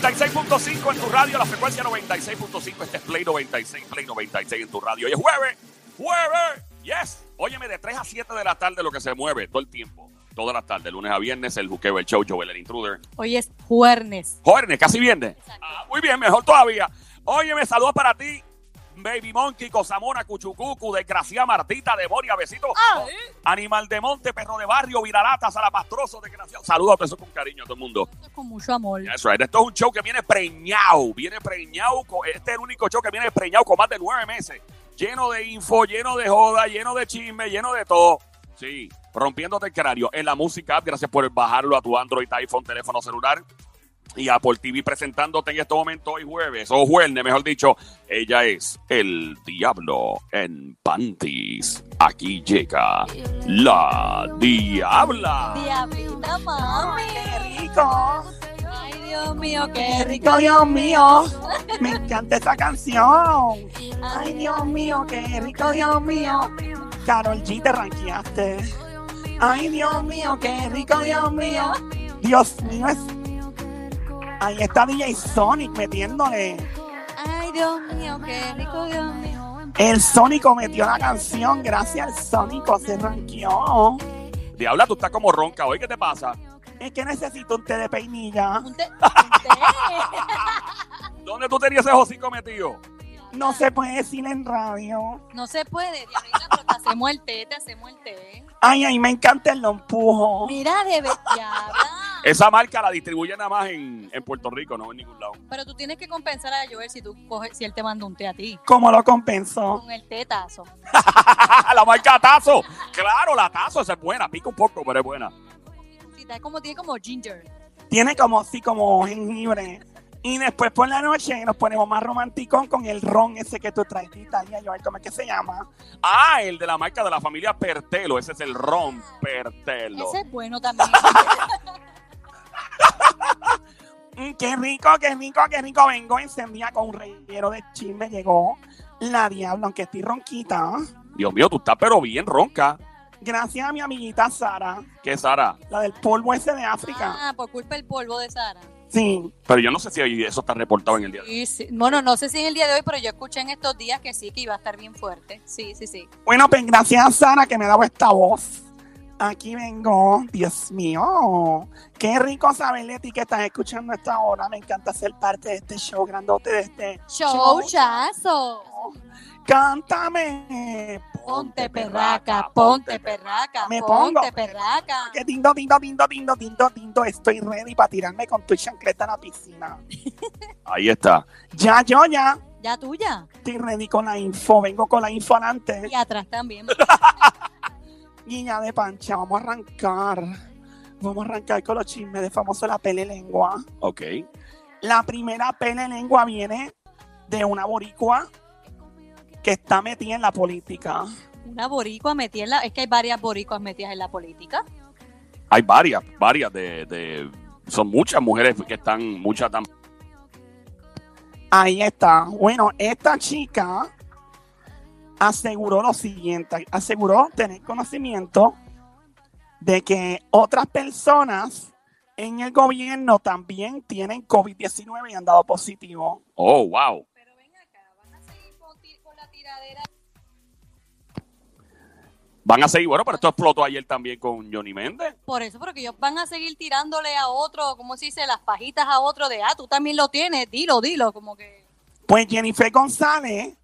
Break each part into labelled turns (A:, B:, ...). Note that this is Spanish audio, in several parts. A: 96.5 en tu radio, la frecuencia 96.5, este es Play 96, Play 96 en tu radio. Hoy es jueves, jueves, yes. Óyeme, de 3 a 7 de la tarde lo que se mueve todo el tiempo, todas las tardes, lunes a viernes, el juqueo, el show, Joel, el intruder.
B: Hoy es jueves.
A: Jueves, casi viernes. Ah, muy bien, mejor todavía. Óyeme, saludos para ti, Baby Monkey, Cosamona, Cuchucucu, Desgracia Martita, Demoria, Besito,
B: Ah,
A: Animal de Monte, Perro de Barrio, Viralata, Zarapastroso, Desgraciado. Saludos, besos con cariño a todo el mundo.
B: Con mucho amor.
A: That's right. Esto es un show que viene preñado, viene preñado. con- Este es el único show que viene preñado con más de nueve meses. Lleno de info, lleno de joda, lleno de chisme, lleno de todo. Sí, rompiéndote el cráneo. En la música, app, gracias por bajarlo a tu Android, iPhone, teléfono celular. Y Apple TV presentándote en este momento hoy jueves, o jueves, mejor dicho. Ella es el Diablo en Panties. Aquí llega la Diabla.
B: Diablita, mami.
C: rico,
B: Ay, Dios mío,
C: qué
B: qué rico.
C: rico, Dios mío. Me encanta esta canción. Ay, Dios mío, qué rico, Dios mío. Carol G, te ranqueaste. Ay, Dios mío, qué rico, Dios mío. Dios mío, es... ahí está DJ Sonic metiéndole.
B: Ay, Dios mío, qué rico, Dios mío.
C: El Sonico metió la canción, gracias al Sonico se ranqueó.
A: Diabla, tú estás como ronca hoy, ¿qué te pasa?
C: Es que necesito un té de peinilla.
B: Un té- un
A: ¿Dónde tú tenías ese hocico metido?
B: té.
C: No se puede decir en radio.
B: No se puede, Diablita, pero te hacemos el té, te hacemos el té.
C: Ay, ay, me encanta el empujo.
B: Mira, de bestiada.
A: Esa marca la distribuye nada más en, en Puerto Rico, no en ningún lado.
B: Pero tú tienes que compensar a Joel si, tú coges, si él te manda un té a ti.
C: ¿Cómo lo compensó?
B: Con el tetazo.
A: ¡Ah, la marca Tazo. Claro, la Tazo, esa es buena. Pica un poco, pero es buena.
B: Si te- Como tiene como ginger.
C: Tiene como sí, como jengibre. Y después por la noche nos ponemos más romanticón con el ron ese que tú traes de Italia, Joel. ¿Cómo es que se llama?
A: Ah, el de la marca de la familia Pertelo. Ese es el ron Pertelo.
B: Ese es bueno también.
C: Mm, qué rico, qué rico, qué rico. Vengo encendida con un reguero de chisme. Llegó la diabla, aunque estoy ronquita.
A: Dios mío, tú estás pero bien ronca.
C: Gracias a mi amiguita Sara,
A: ¿Qué, Sara?
C: la del polvo ese de África.
B: Ah, por culpa del polvo de Sara.
C: Sí.
A: Pero yo no sé si eso está reportado en el día de hoy.
B: Y sí- bueno, no sé si en el día de hoy, pero yo escuché en estos días que sí, que iba a estar bien fuerte. Sí, sí, sí.
C: Bueno, pues gracias a Sara que me ha dado esta voz. Aquí vengo. Dios mío. Qué rico saber de ti que estás escuchando esta hora. Me encanta ser parte de este show grandote de este.
B: Showchazo.
C: Cántame.
B: Ponte perraca, ponte perraca,
C: Me pongo.
B: ponte perraca.
C: Que tindo, tindo, tindo, tindo, tindo, tindo. Estoy ready para tirarme con tu chancleta a la piscina.
A: Ahí está.
C: Ya, yo, ya.
B: Ya tuya.
C: Estoy ready con la info. Vengo con la info adelante.
B: Y atrás también.
C: Guiña de pancha. Vamos a arrancar. Vamos a arrancar con los chismes de famoso la pele lengua.
A: Ok.
C: La primera pena en lengua viene de una boricua que está metida en la política.
B: Una boricua metida en la... Es que hay varias boricuas metidas en la política.
A: Hay varias, varias de... de- son muchas mujeres que están, muchas tan...
C: Ahí está. Bueno, esta chica aseguró lo siguiente, aseguró tener conocimiento de que otras personas en el gobierno también tienen COVID-19 y han dado positivo.
A: Oh, wow.
B: Pero ven acá, van a seguir con, la tiradera.
A: Van a seguir, bueno, pero esto explotó ayer también con Johnny Méndez.
B: Por eso, porque ellos van a seguir tirándole a otro, como se dice, las pajitas a otro de, ah, tú también lo tienes, dilo, dilo, como que...
C: Pues Jennifer González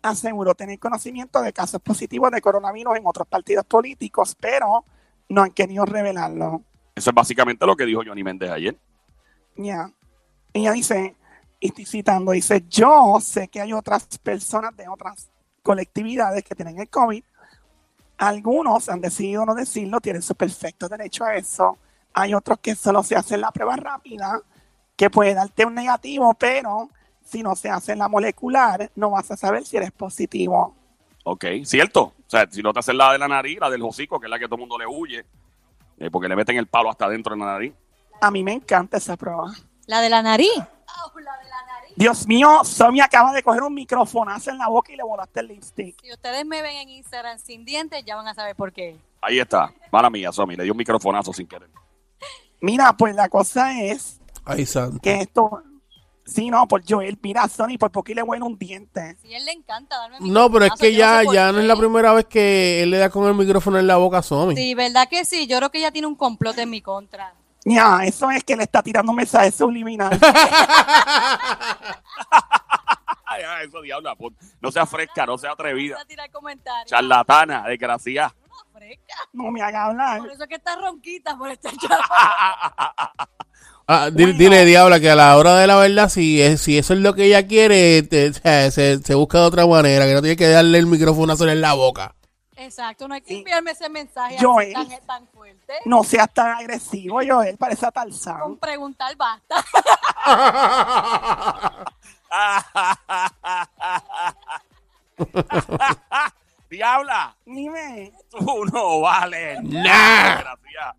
C: aseguró tener conocimiento de casos positivos de coronavirus en otros partidos políticos, pero no han querido revelarlo.
A: Eso es básicamente lo que dijo Johnny Méndez ayer.
C: Ya. Ella dice, y estoy citando, dice, yo sé que hay otras personas de otras colectividades que tienen el COVID. Algunos han decidido no decirlo, tienen su perfecto derecho a eso. Hay otros que solo se hacen la prueba rápida, que puede darte un negativo, pero si no se hace la molecular, no vas a saber si eres positivo.
A: Ok, cierto. O sea, si no te haces la de la nariz, la del hocico, que es la que todo el mundo le huye, eh, porque le meten el palo hasta adentro de la nariz.
C: A mí me encanta esa prueba.
B: La de la nariz. Ah, la de la nariz.
C: Dios mío, Sonia acaba de coger un microfonazo en la boca y le volaste el lipstick.
B: Si ustedes me ven en Instagram sin dientes, ya van a saber por qué.
A: Ahí está. Mala mía, Somi, le dio un microfonazo sin querer.
C: Mira, pues la cosa es
D: Ay, santo.
C: que esto, Sí, no, por Joel. Mira, Sony, por poco y le bueno un diente.
B: Si a él le encanta darme
D: No, pero es
B: microfonazos,
D: que
B: yo
D: ya,
B: sé por
D: ya no es
B: qué.
D: la primera vez que él le da con el micrófono en la boca a Somi.
B: Sí, verdad que sí. Yo creo que ella tiene un complot en mi contra.
C: Ya, eso es que le está tirando un mensaje subliminal.
A: Ay, ay, eso diablo, pon- no sea fresca, no sea atrevida.
B: Vamos a tirar comentarios.
A: Charlatana, desgraciada.
B: Una fresca.
C: No me haga hablar.
B: Por eso es que está ronquita por este estar chapa.
D: Ah, di- Dile, diabla, que a la hora de la verdad, si, es- si eso es lo que ella quiere, te- o sea, se, se busca de otra manera, que no tiene que darle el micrófono a Somi en la boca.
B: Exacto, no hay que
C: Sí.
B: enviarme ese mensaje así
C: Joel.
B: tan, eh, tan fuerte.
C: No seas tan agresivo, Joel, parece a Tarzán.
B: Con preguntar basta.
A: Diabla,
C: Dime.
A: tú no vales.
D: Nah.
A: Desgraciada.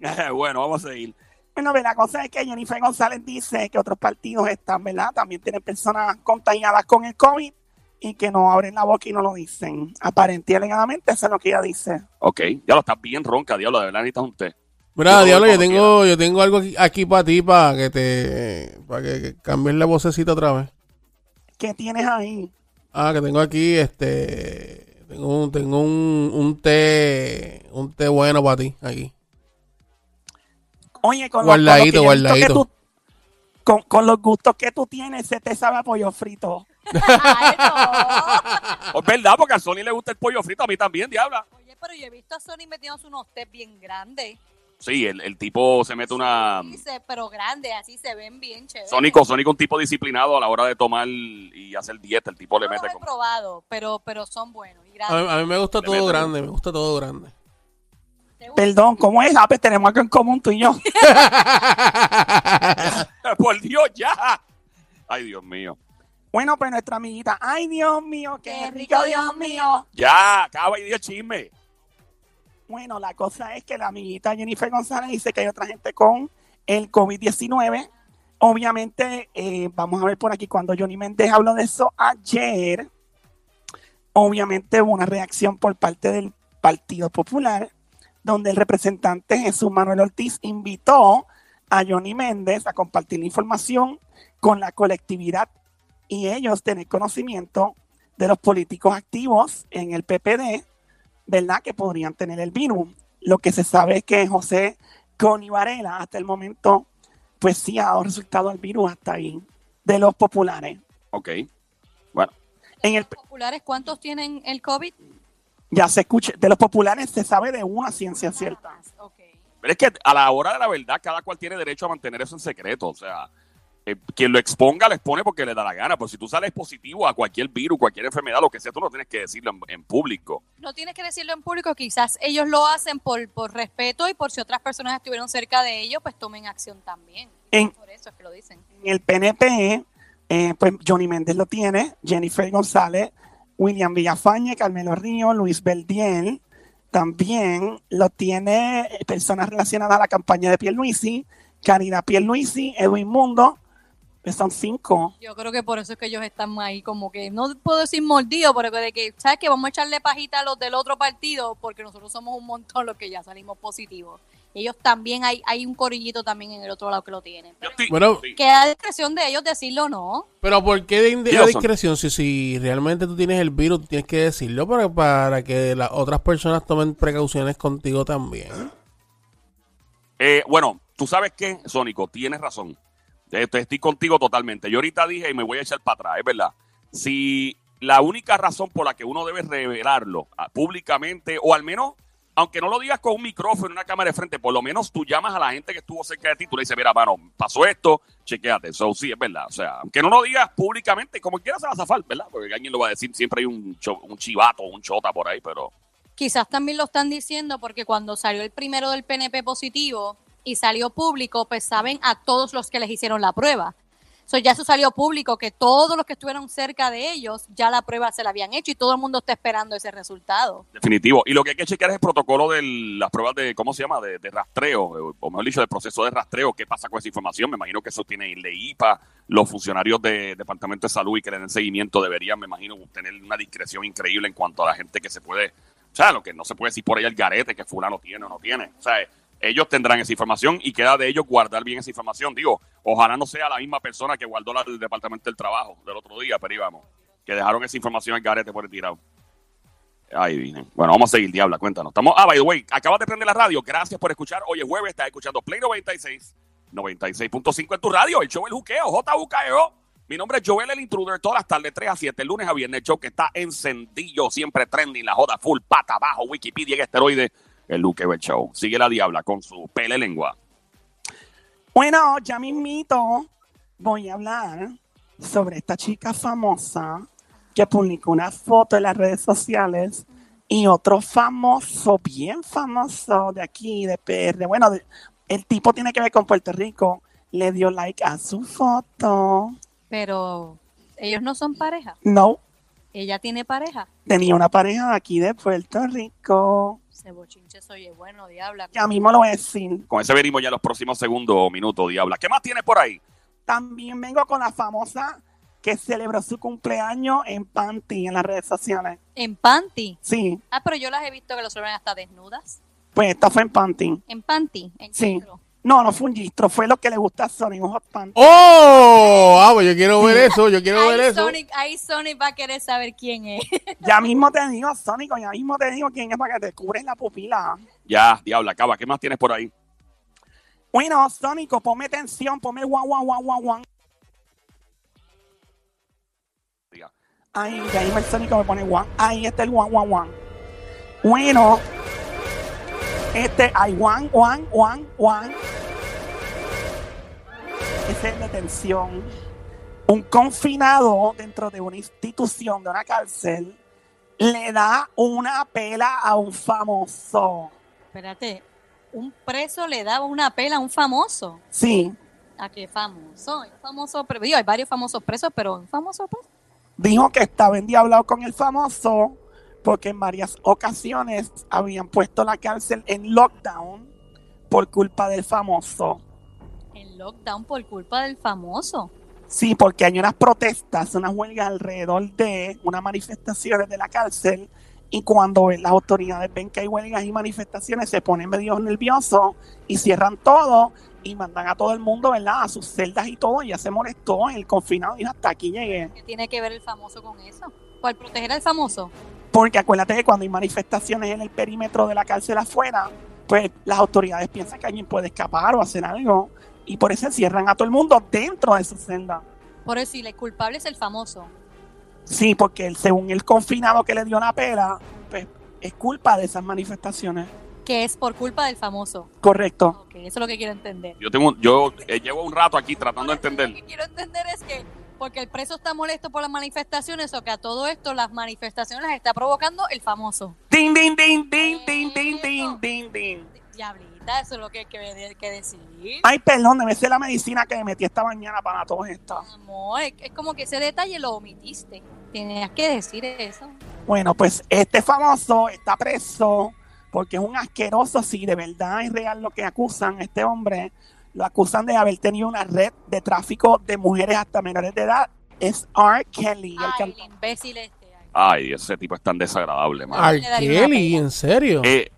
A: Eh, Bueno, vamos a seguir.
C: Bueno, ve, la cosa es que Jennifer González dice que otros partidos están, ¿verdad? También tienen personas contagiadas con el COVID y que no abren la boca y no lo dicen. Aparentemente, y alegadamente, eso es lo que ella dice.
A: Ok, ya lo estás bien ronca, diablo, de verdad necesitas un té.
D: Mira,
A: Yo
D: diablo, yo
A: como
D: tengo, yo tengo algo aquí, para ti, para que te, para que, que cambies la vocecita otra vez.
C: ¿Qué tienes ahí?
D: Ah, que tengo aquí, este, tengo un, tengo un, un té, un té bueno para ti, aquí.
C: Oye, con,
D: Guardadito,
C: los, con, los que yo he visto que
D: guardadito.
C: tú- con, con los gustos que tú tienes, se te sabe a pollo frito.
B: Ay, no.
A: Es verdad, porque a Sony le gusta el pollo frito, a mí también, diabla.
B: Oye, pero yo he visto a Sony metiéndose unos test bien grandes.
A: Sí, el, el tipo se mete una...
C: Mm.
B: Dice, pero grandes, así se ven bien chévere.
A: Sónico, Sónico un tipo disciplinado a la hora de tomar y hacer dieta, el tipo le
B: Yo no
A: mete
B: los he
A: como...
B: probado, pero, pero son buenos y
D: A mí,
B: grandes.
D: a mí me gusta
A: Le
D: todo
A: meto.
D: grande, me gusta todo grande.
B: ¿Te gusta?
C: Perdón, ¿cómo es? Ah, pues tenemos algo en común tú y yo.
A: Por Dios, ya. Ay, Dios mío.
C: Bueno, pues nuestra amiguita, ay Dios mío, qué,
B: Qué
C: rico,
B: rico,
C: Dios
B: Dios
C: mío.
A: Ya, acaba y di el chisme.
C: Bueno, la cosa es que la amiguita Jennifer González dice que hay otra gente con el COVID-19. Obviamente, eh, vamos a ver por aquí, cuando Johnny Méndez habló de eso ayer, obviamente hubo una reacción por parte del Partido Popular, donde el representante Jesús Manuel Ortiz invitó a Johnny Méndez a compartir la información con la colectividad y ellos tener conocimiento de los políticos activos en el PPD, ¿verdad? Que podrían tener el virus. Lo que se sabe es que José Connie Varela, hasta el momento, pues sí ha dado resultado al virus hasta ahí, de los populares.
A: Ok.
C: En el,
B: ¿Los populares cuántos tienen el COVID?
C: ya se escucha, de los populares se sabe de una ciencia cierta.
B: Nada más, ok.
A: Pero es que a la hora de la verdad, cada cual tiene derecho a mantener eso en secreto. O sea, eh, quien lo exponga, lo expone porque le da la gana. Pero si tú sales positivo a cualquier virus, cualquier enfermedad, lo que sea, tú no tienes que decirlo en, en público.
B: No tienes que decirlo en público, quizás ellos lo hacen por, por respeto y por si otras personas estuvieron cerca de ellos, pues tomen acción también.
C: En-
B: Por eso es que lo dicen.
C: En el PNP, eh, pues Johnny Méndez lo tiene, Jennifer González, William Villafañe, Carmelo Río, Luis Beldiel, también lo tiene eh, personas relacionadas a la campaña de Pierluisi, Caridad Pierluisi, Edwin Mundo, pues son cinco.
B: Yo creo que por eso es que ellos están ahí como que, no puedo decir mordidos, pero que de que, ¿sabes que Vamos a echarle pajita a los del otro partido porque nosotros somos un montón los que ya salimos positivos. Ellos también, hay, hay un corillito también en el otro lado que lo tienen.
A: Yo
B: Pero
A: estoy-
D: Bueno,
A: sí.
B: queda a discreción de ellos decirlo o no.
D: Pero ¿por qué de, de-
A: Dios,
D: la discreción? Si, si realmente tú tienes el virus, tú tienes que decirlo para, para que las otras personas tomen precauciones contigo también.
A: Eh, bueno, tú sabes qué, Sónico, tienes razón. Eh, te- Estoy contigo totalmente. Yo ahorita dije y me voy a echar para atrás, es verdad. Si la única razón por la que uno debe revelarlo ah, públicamente, o al menos, aunque no lo digas con un micrófono, una cámara de frente, por lo menos tú llamas a la gente que estuvo cerca de ti, tú le dices, mira, mano, pasó esto, chequéate. So, sí, es verdad. O sea, aunque no lo digas públicamente, como quieras se va a zafar, ¿verdad? Porque alguien lo va a decir, siempre hay un, cho- un chivato, un chota por ahí, pero...
B: quizás también lo están diciendo porque cuando salió el primero del PNP positivo y salió público, pues saben a todos los que les hicieron la prueba. So, ya eso salió público, que todos los que estuvieron cerca de ellos, ya la prueba se la habían hecho y todo el mundo está esperando ese resultado.
A: Definitivo. Y lo que hay que chequear es el protocolo de las pruebas de, ¿cómo se llama? De, de rastreo, eh, o mejor dicho, del proceso de rastreo. ¿Qué pasa con esa información? Me imagino que eso tiene el IPA, los funcionarios del Departamento de Salud y que le den seguimiento deberían, me imagino, tener una discreción increíble en cuanto a la gente que se puede, o sea, lo que no se puede decir por ahí el garete que fulano tiene o no tiene. O sea, eh, ellos tendrán esa información y queda de ellos guardar bien esa información. Digo, ojalá no sea la misma persona que guardó la del Departamento del Trabajo del otro día, pero íbamos, que dejaron esa información en garete por el tirado. Ay, vine. Bueno, vamos a seguir, Diabla, cuéntanos. Estamos, ah, by the way, acabas de prender la radio. Gracias por escuchar. Hoy es jueves, estás escuchando Play 96, 96.5 en tu radio, el show El Juqueo, JUKEO. E Mi nombre es Joel El Intruder, todas las tardes 3 a 7, lunes a viernes, el show que está encendido, siempre trending, la joda full, pata abajo, Wikipedia en esteroide, el Luqueo El Show. Sigue la Diabla con su pele lengua.
C: Bueno, ya mismito voy a hablar sobre esta chica famosa que publicó una foto en las redes sociales y otro famoso, bien famoso de aquí, de PR. Bueno, de- el tipo tiene que ver con Puerto Rico. Le dio like a su foto.
B: Pero ellos no son pareja.
C: No,
B: Ella tiene pareja.
C: tenía una pareja de aquí de Puerto Rico.
B: Ese bochinche se oye bueno, diabla.
C: Ya mismo lo voy a decir.
A: Con ese venimos ya en los próximos segundos o minutos, Diabla. ¿Qué más tienes por ahí?
C: También vengo con la famosa que celebró su cumpleaños en Panty en las redes sociales.
B: En panty.
C: Sí,
B: Ah, pero yo las he visto que lo suelen hasta desnudas.
C: pues esta fue en Panty.
B: En panty. En
C: Sí.
B: chistro.
C: No, no fue un gistro, fue lo que le gusta a Sony, un hot panty.
D: ¡Oh! Ah, pues yo quiero ver eso, yo quiero ver
B: Ahí
D: eso.
B: Sonic, ahí Sonic va a querer saber quién es.
C: Ya mismo te digo, Sónico, ya mismo te digo quién es para que te cubres la pupila.
A: Ya, Diabla, acaba. ¿Qué más tienes por ahí?
C: Bueno, Sónico, ponme tensión, ponme guau, guau, guau, guau, guau.
A: Diga.
C: Ay, ya mismo el Sónico me pone guau. Ahí está el guau, guau, guau. Bueno, este, ay, guau, guau, guau, guau. Ese es de tensión. Un confinado dentro de una institución, de una cárcel, le da una pela a un famoso.
B: Espérate, un preso le daba una pela a un famoso.
C: Sí,
B: ¿A qué famoso? Un famoso pre- digo, hay varios famosos presos, pero un famoso pues, preso.
C: dijo que estaba endiablado con el famoso porque en varias ocasiones habían puesto la cárcel en lockdown por culpa del famoso.
B: En lockdown por culpa del famoso.
C: Sí, porque hay unas protestas, unas huelgas alrededor de unas manifestaciones de la cárcel y cuando las autoridades ven que hay huelgas y manifestaciones se ponen medio nerviosos y cierran todo y mandan a todo el mundo, ¿verdad? A sus celdas y todo, y ya se molestó en el confinado y hasta aquí llegué.
B: ¿Qué tiene que ver el famoso con eso? ¿Cuál proteger al famoso?
C: Porque acuérdate que cuando hay manifestaciones en el perímetro de la cárcel afuera, pues las autoridades piensan que alguien puede escapar o hacer algo. Y por eso encierran a todo el mundo dentro de su celda.
B: Por eso, y el culpable es el famoso.
C: Sí, porque él, según el confinado que le dio una pela, pues es culpa de esas manifestaciones.
B: Que es por culpa del famoso.
C: Correcto.
B: Ok, eso es lo que quiero entender.
A: Yo tengo, yo eh, llevo un rato aquí tratando de entender.
B: Lo que quiero entender es que porque el preso está molesto por las manifestaciones o que a todo esto las manifestaciones las está provocando el famoso.
C: Ding, ding, ding, ding, ding, ding, ding, ding, ding.
B: Diablita, eso es lo que hay que, ver- que decir.
C: Ay, perdón, debe ser la medicina que me metí esta mañana para todo esto.
B: Amor, es, es como que ese detalle lo omitiste. Tenías que decir eso.
C: Bueno, pues este famoso está preso porque es un asqueroso, si de verdad es real lo que acusan a este hombre. Lo acusan de haber tenido una red de tráfico de mujeres hasta menores de edad. Es R. Kelly. el
B: Ay, el
C: cantante.
B: imbécil este. ay.
A: Ay, ese tipo es tan desagradable, mano.
D: Ay, Kelly, ¿en serio?
A: Eh,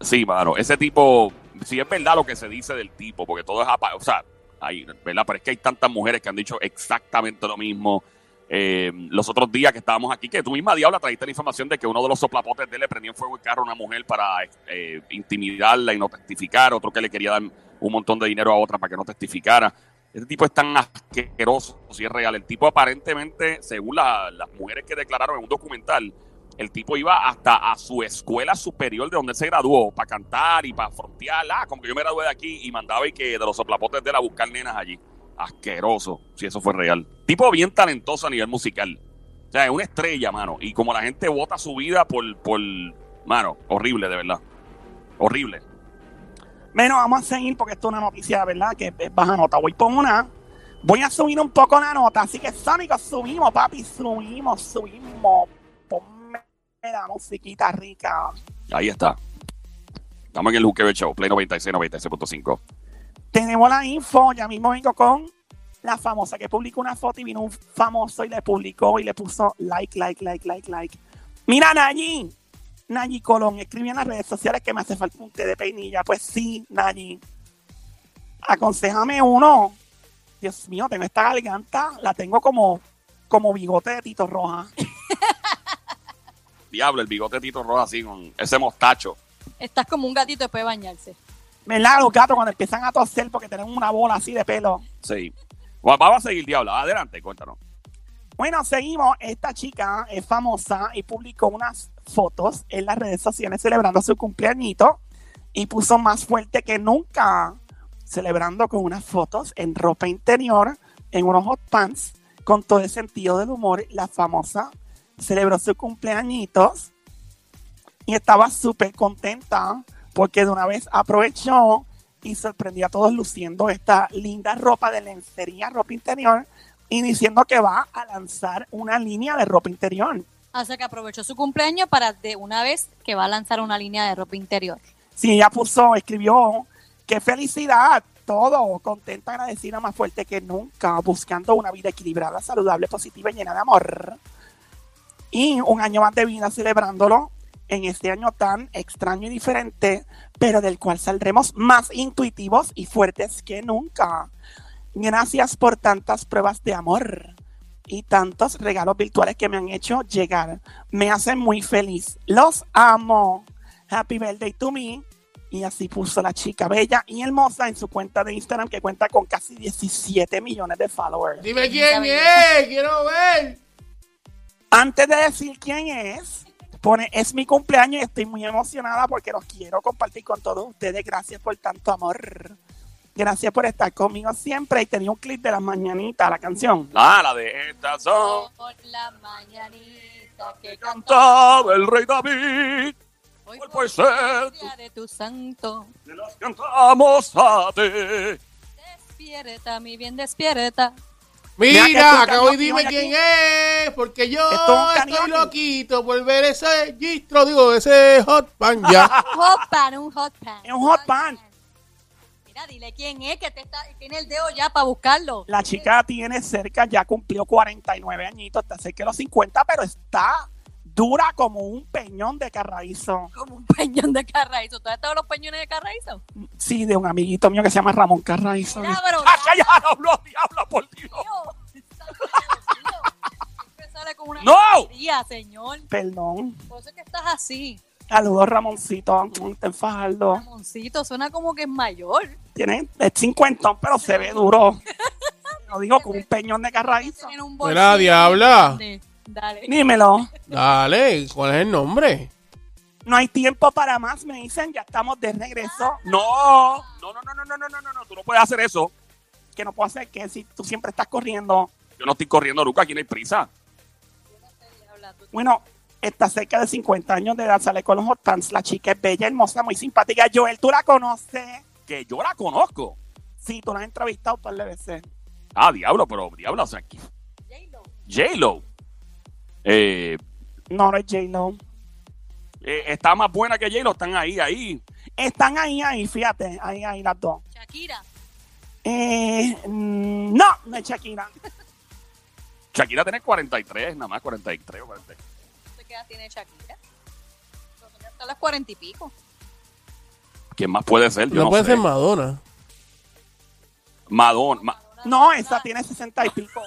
A: sí, mano, ese tipo, si es verdad lo que se dice del tipo, porque todo es, apa- o sea, hay, ¿verdad? Pero es que hay tantas mujeres que han dicho exactamente lo mismo. Eh, los otros días que estábamos aquí, que tú misma, Diabla, trajiste la información de que uno de los soplapotes de él le prendió en fuego el carro a una mujer para eh, intimidarla y no testificar, otro que le quería dar un montón de dinero a otra para que no testificara. Este tipo es tan asqueroso, si es real. El tipo aparentemente, según la- las mujeres que declararon en un documental, el tipo iba hasta a su escuela superior de donde él se graduó para cantar y para frontear. Ah, como que yo me gradué de aquí y mandaba y que de los soplapotes de la buscar nenas allí. Asqueroso, si eso fue real. Tipo bien talentoso a nivel musical. O sea, es una estrella, mano. Y como la gente vota su vida por, por. Mano, horrible, de verdad. Horrible.
C: Bueno, vamos a seguir porque esto es una noticia, de ¿verdad? Que es baja nota. Voy por una. Voy a subir un poco la nota. Así que, Sónico, subimos, papi. Subimos, subimos. Ponme la musiquita rica.
A: Ahí está. Estamos en el Juquebe Show, Play 96, 96.5.
C: Tenemos la info, ya mismo vengo con la famosa que publicó una foto y vino un famoso y le publicó y le puso like, like, like, like, like. Mira, Nayi, Nayi Colón, escribí en las redes sociales que me hace falta un té de peinilla. Pues sí, Nayi. Aconsejame uno. Dios mío, tengo esta garganta, la tengo como, como bigote de Tito Roja.
A: Diablo, el bigote de Tito Roja así con ese mostacho.
B: Estás como un gatito después de bañarse.
C: ¿Verdad? Los gatos cuando empiezan a toser porque tienen una bola así de pelo.
A: Sí. Va- Vamos a seguir, Diablo. Adelante, cuéntanos.
C: Bueno, seguimos. Esta chica es famosa y publicó unas fotos en las redes sociales celebrando su cumpleañito y puso más fuerte que nunca, celebrando con unas fotos en ropa interior, en unos hot pants, con todo el sentido del humor. La famosa celebró su cumpleañitos y estaba súper contenta porque de una vez aprovechó y sorprendió a todos luciendo esta linda ropa de lencería, ropa interior, y diciendo que va a lanzar una línea de ropa interior.
B: Así que aprovechó su cumpleaños para de una vez que va a lanzar una línea de ropa interior.
C: Sí, ella puso, escribió, qué felicidad, todo, contenta, agradecida, más fuerte que nunca, buscando una vida equilibrada, saludable, positiva y llena de amor. Y un año más de vida celebrándolo en este año tan extraño y diferente, pero del cual saldremos más intuitivos y fuertes que nunca. Gracias por tantas pruebas de amor y tantos regalos virtuales que me han hecho llegar. Me hacen muy feliz. Los amo. Happy birthday to me. Y así puso la chica bella y hermosa en su cuenta de Instagram que cuenta con casi 17 millones de followers.
D: Dime
B: quién
D: quién
B: es,
D: es, quiero ver.
C: Antes de decir quién es, pone, es mi cumpleaños y estoy muy emocionada porque los quiero compartir con todos ustedes. Gracias por tanto amor. Gracias por estar conmigo siempre. Y tenía un clip de las mañanitas, la canción.
A: La, la de esta son
B: Por la mañanita que cantó.
A: cantaba el rey David.
B: Hoy
A: por
B: por
A: ser
B: la
A: tu-
B: gloria de tu santo.
A: Te las cantamos a ti.
B: Despierta, mi bien, despierta.
C: Mira que
D: Mira,
C: tú
D: acabo y
C: cambió
D: dime
C: aquí.
D: quién es, porque yo
C: Esto es un
D: estoy
C: karaoke.
D: loquito por ver ese gistro, digo, ese hot pan ya.
B: Hot pan, un hot pan.
C: Es un hot pan.
B: Mira, dile quién es que te está, tiene el dedo ya para buscarlo.
C: La chica tiene cerca, ya cumplió 49 añitos, está cerca de los 50, pero está dura como un peñón de carraízo.
B: Como un peñón de carraízo. ¿Tú has estado en los peñones de carraízo?
C: Sí, de un amiguito mío que se llama Ramón Carraízo.
B: Mira, pero.
A: ¡Ah, ya, ya, diablo, diablo, por Dios!
B: Dios, santo Dios. Siempre sale con una
A: ¡No!
B: porquería, señor.
C: Perdón.
B: Por eso es que estás así.
C: Saludos, Ramoncito. Mm, Te enfajarlo.
B: Ramoncito, suena como que es mayor.
C: Tiene es cincuentón, pero se ve duro. Lo digo con un peñón de carraízo.
B: Tiene un bolsillo
D: Mira, diabla.
B: grande. Dale.
C: Dímelo.
D: Dale, ¿cuál es el nombre?
C: No hay tiempo para más, me dicen. Ya estamos de regreso.
A: No, no, no, no, no, no, no, no, no, no, tú no puedes hacer eso.
C: Que no puedo hacer que si tú siempre estás corriendo.
A: Yo no estoy corriendo nunca, aquí no hay prisa.
B: Diabla, tú-
C: Bueno, está cerca de 50 años de edad, sale con los hot pants. La chica es bella, hermosa, muy simpática. Joel, tú la conoces.
A: Que yo la conozco.
C: Sí, tú la has entrevistado por par de veces.
A: Ah, diablo, pero diablo, o sea, aquí.
B: J-Lo.
A: J-Lo. Eh,
C: No, no es J-Lo.
A: eh, está más buena que J-Lo, están ahí, ahí.
C: Están ahí, ahí, fíjate, ahí, ahí las dos.
B: Shakira.
C: Eh, mm, no, no es Shakira.
A: Shakira tiene 43, nada más 43 o 44.
B: ¿Usted qué edad tiene Shakira? Pues ya Está a las cuarenta y pico.
A: ¿Quién más puede ser? Yo
D: No, puede
A: sé.
D: ser Madonna.
A: Madonna. Ma-
C: No, esa tiene 60 y pico.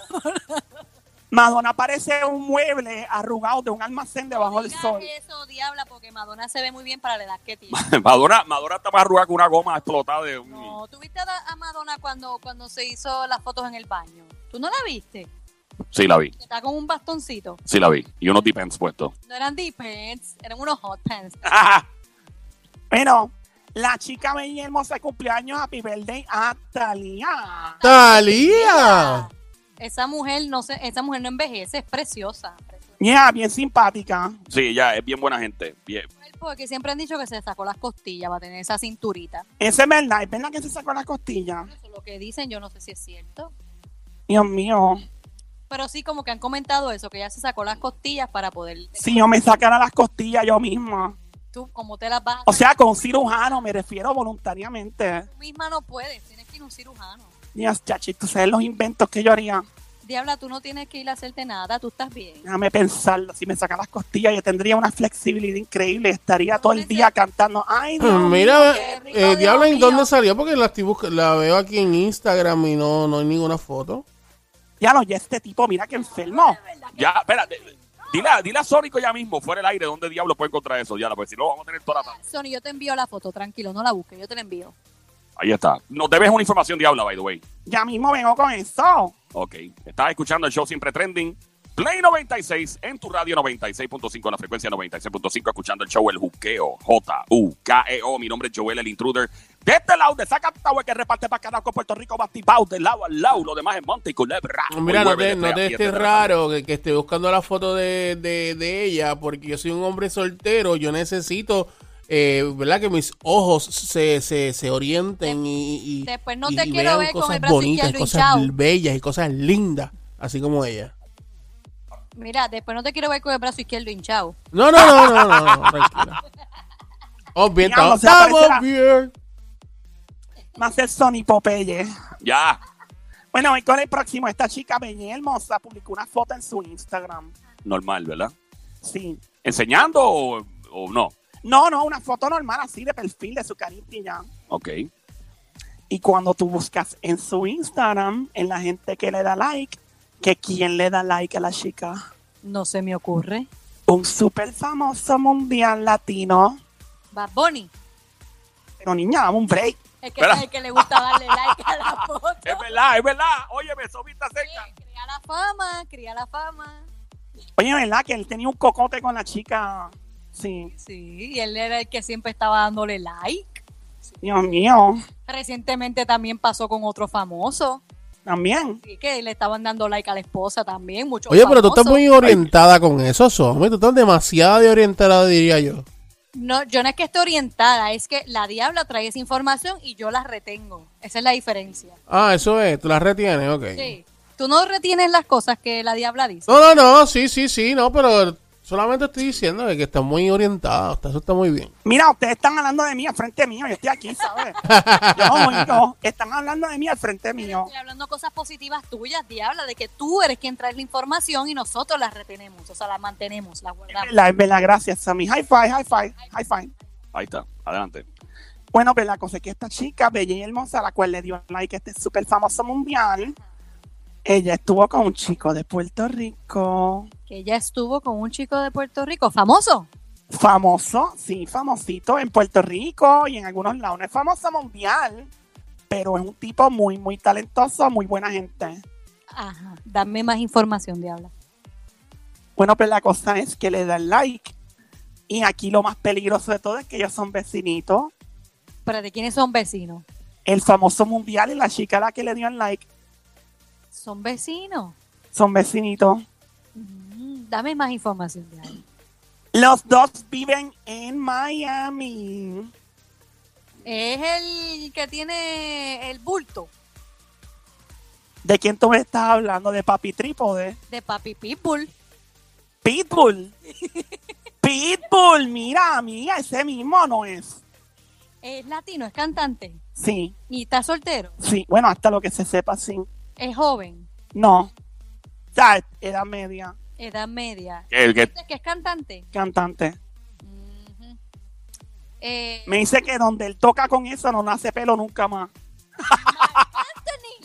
C: Madonna parece un mueble arrugado de un almacén debajo del
B: Diga
C: sol.
B: eso, diabla, porque Madonna se ve muy bien para la edad que tiene.
A: Madonna, Madonna está más arrugada que una goma explotada de un...
B: No, ¿tú viste a la- a Madonna cuando, cuando se hizo las fotos en el baño? ¿Tú no la viste?
A: Sí, la vi,
B: Que Está con un bastoncito.
A: sí la vi. Y unos depends puestos.
B: No eran deep pants, eran unos hot pants.
C: Pero la chica bella y hermosa de cumpleaños, happy birthday a Thalía.
D: Talía.
B: Esa mujer no se, esa mujer no envejece, es preciosa. preciosa.
C: Yeah, bien simpática.
A: Sí, ella es bien buena gente. Bien.
B: Porque siempre han dicho que se sacó las costillas para tener esa cinturita.
C: Esa es verdad, es verdad que se sacó la costilla.
B: Eso es lo que dicen, yo no sé si es cierto.
C: Dios mío,
B: Pero sí, como que han comentado eso, que ella se sacó las costillas para poder.
C: si yo me sacara las costillas yo misma.
B: Tú, como te las vas a
C: O sea, con un cirujano me refiero voluntariamente.
B: tú misma no puedes, tienes que ir a un cirujano.
C: Dios, chachi, tú sabes los inventos que yo haría.
B: Diabla, tú no tienes que ir a hacerte nada, tú estás bien.
C: Déjame pensarlo, si me sacan las costillas yo tendría una flexibilidad increíble, estaría
B: No
C: todo el
B: dice-
C: día cantando, ay, Dios mío,
D: Mm, Mira,
B: qué rico,
D: eh,
B: Dios
D: Diabla, ¿en
B: mío.
D: dónde salió? Porque la, estoy busca- la veo aquí en Instagram y no, no hay ninguna foto.
C: ya lo ya este tipo, mira que enfermo.
A: Ya, espérate. Dile, a- dile a Sónico ya mismo, fuera el aire, ¿dónde diablo puede encontrar eso? Ya, pues si no, vamos a tener toda la tarde.
B: Sony, yo te envío la foto, tranquilo, no la busques, yo te la envío.
A: Ahí está. Nos debes una información, Diabla, by the way.
C: Ya mismo vengo con eso.
A: Ok. Estás escuchando el show Siempre Trending. Play 96 en tu radio 96.5, en la frecuencia 96.5, escuchando el show El Juqueo, J-U-K-E-O. E Mi nombre es Joel, el intruder. De este lado, de Zacatahue, que reparte para carajo Puerto Rico, batibao, de lado al lado. Lo demás es monte y culebra.
D: Mira,
A: Hoy
D: no
A: jueves de
D: te, no
A: tres a este
D: te
A: siete
D: estés
A: de la tarde.
D: raro que, que esté buscando la foto de, de- de ella, porque yo soy un hombre soltero, yo necesito, eh, ¿verdad? Que mis ojos se, se, se orienten y, y-
B: después no
D: y-
B: te
D: y
B: quiero
D: vean
B: ver con
D: cosas
B: el brazo
D: bonitas,
B: izquierdo
D: cosas
B: hinchado.
D: bellas y cosas lindas, así como ella.
B: Mira, después no te quiero ver con el brazo izquierdo hinchado.
D: No, no, no, no, no, no, tranquila. Oh, bien,
C: Diablo,
D: estamos
C: se aparecerá.
D: bien.
C: Más el Sony Popeye.
A: Ya.
C: Bueno, voy con el próximo. Esta chica bella y hermosa publicó una foto en su Instagram.
A: Normal, ¿verdad?
C: Sí.
A: ¿Enseñando o, o no?
C: No, no, una foto normal así de perfil de su carita y ya.
A: Ok.
C: Y cuando tú buscas en su Instagram, en la gente que le da like, que quién le da like a la chica.
B: No se me ocurre.
C: Un súper famoso mundial latino.
B: Bad Bunny,
C: Pero niña, dame un break.
B: el que,
A: Espera.
B: el que le gusta darle like a la foto.
A: Es verdad, es verdad. Óyeme, Somi está cerca.
B: Sí, Cría la fama, cría la fama.
C: Oye, ¿verdad? Que él tenía un cocote con la chica. Sí.
B: Sí, y él era el que siempre estaba dándole like.
C: Dios mío.
B: Recientemente también pasó con otro famoso.
C: También.
B: Así que le estaban dando like a la esposa también. Muchos
D: Oye, pero tú estás
B: famosos.
D: muy orientada con eso, Somi. Tú estás demasiado de orientada, diría yo.
B: No, yo no es que esté orientada, es que la diabla trae esa información y yo la retengo. Esa es la diferencia.
D: Ah, eso es, tú las retienes, ok.
B: Sí. Tú no retienes las cosas que la diabla dice.
D: No, no, no, sí, sí, sí, no, pero solamente estoy diciendo de que está muy orientada, está- eso está muy bien.
C: Mira, ustedes están hablando de mí al frente mío. Yo estoy aquí, ¿sabes? Yo no, oigo. están hablando de mí al frente mío.
B: Estoy hablando cosas positivas tuyas, diabla, de que tú eres quien trae la información y nosotros las retenemos, o sea, las mantenemos, las guardamos.
C: La, la gracias, Sammy. High five, high five, high five.
A: Ahí está. Adelante.
C: Bueno, pues la cosa es que esta chica, bella y hermosa, a la cual le dio like a este súper famoso mundial, ella estuvo con un chico de Puerto Rico,
B: Que ella estuvo con un chico de Puerto Rico, famoso.
C: famoso, sí, famosito en Puerto Rico y en algunos lados. No es famoso mundial, pero es un tipo muy, muy talentoso, muy buena gente.
B: Ajá, dame más información, diabla.
C: Bueno, pues la cosa es que le dan like. Y aquí lo más peligroso de todo es que ellos son vecinitos.
B: Pero de quiénes son vecinos.
C: El famoso mundial y la chica a la que le dio el like
B: Son vecinos.
C: son vecinitos.
B: Mm, dame más información, diabla.
C: Los dos viven en Miami.
B: Es el que tiene el bulto
C: ¿De quién tú me estás hablando? ¿De Papi Trípode?
B: de Papi Pitbull.
C: Pitbull. Pitbull, mira, amiga, ese mismo no es.
B: Es latino, es cantante
C: Sí,
B: y está soltero.
C: sí, bueno, hasta lo que se sepa, sí.
B: Es joven,
C: No. O sea, edad media,
B: edad media.
A: El que
B: ¿Usted que es cantante?
C: cantante.
B: Ujú. Eh,
C: Me dice que donde él toca con eso no nace pelo nunca más.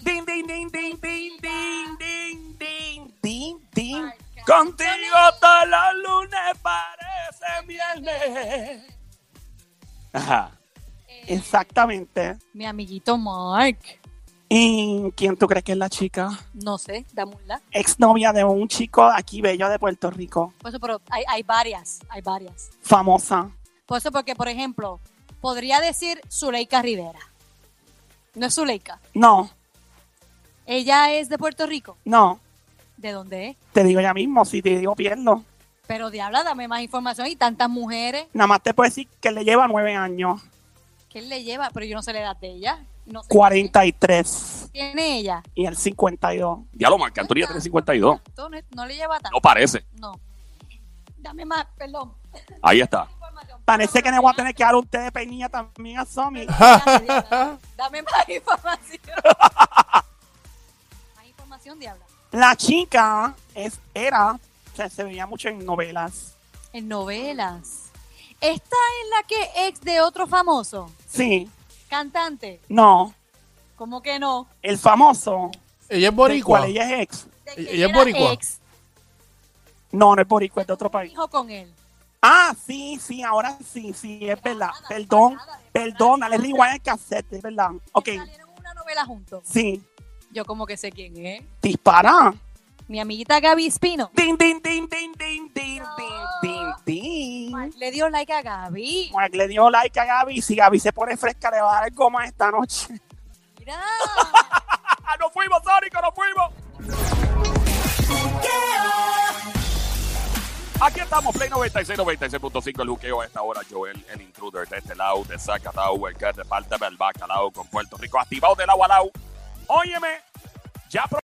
C: Ding, ding, ding, ding, ding, ding, ding, ding, ding, ding.
A: Contigo todos los lunes parece viernes. Ajá.
B: eh,
C: Exactamente.
B: mi amiguito Mark,
C: ¿Y quién tú crees que es la chica?
B: no sé, dame un la.
C: exnovia de un chico de aquí bello de Puerto Rico,
B: Por eso, pero hay, hay varias, hay varias.
C: famosa.
B: Por eso, porque, por ejemplo, podría decir Zuleika Rivera. No es Zuleika.
C: No,
B: Ella es de Puerto Rico.
C: no,
B: ¿De dónde es?
C: te digo ya mismo, si te digo pierdo.
B: Pero diabla, dame más información. Y tantas mujeres
C: Nada más te puedo decir que le lleva nueve años,
B: que él le lleva, pero yo no sé la edad de ella. No sé
C: 43
B: qué tiene ella.
C: y el 52.
A: Diablo, Marc Antonio tiene 52.
B: Tanto, No, no le lleva tanto.
A: No parece.
B: No. Dame más, perdón.
A: Ahí está.
B: información.
C: Parece que le voy a tener que dar un té de peinilla también a Somi.
B: Dame más información. más información, diabla.
C: La chica es, era, o sea, se veía mucho en novelas.
B: En novelas. Esta es la que ex de otro famoso,
C: Sí,
B: cantante.
C: no.
B: ¿Cómo que no?
C: El famoso,
D: Ella
C: del
D: es boricua.
C: cual ella es ex.
B: De
D: Ella
B: que
D: es
B: era
D: boricua.
B: Ex,
C: No, no es boricua, es de otro país.
B: hijo con él.
C: Ah, sí, sí, ahora sí, sí, es verdad. Perdón, perdón, dale rewind al cassette, es verdad. Ok,
B: Salieron una novela juntos.
C: sí,
B: Yo como que sé quién es.
C: dispara.
B: Mi amiguita Gaby Espino.
C: Ding, ding, ding, ding, ding, ding, ding, ding, ding.
B: Le dio like a Gaby.
C: Mark Pues le dio like a Gaby. Si Gaby se pone fresca, le va a dar goma esta noche.
B: Mira.
A: ¡Ah, nos fuimos, Sónico, nos fuimos! Aquí estamos, Play 96, 96.5, el juqueo a esta hora, Joel, el intruder de este lado, de Zacatau, el que te parte del bacalao con Puerto Rico, activado del agua al lado. Óyeme, ya pro-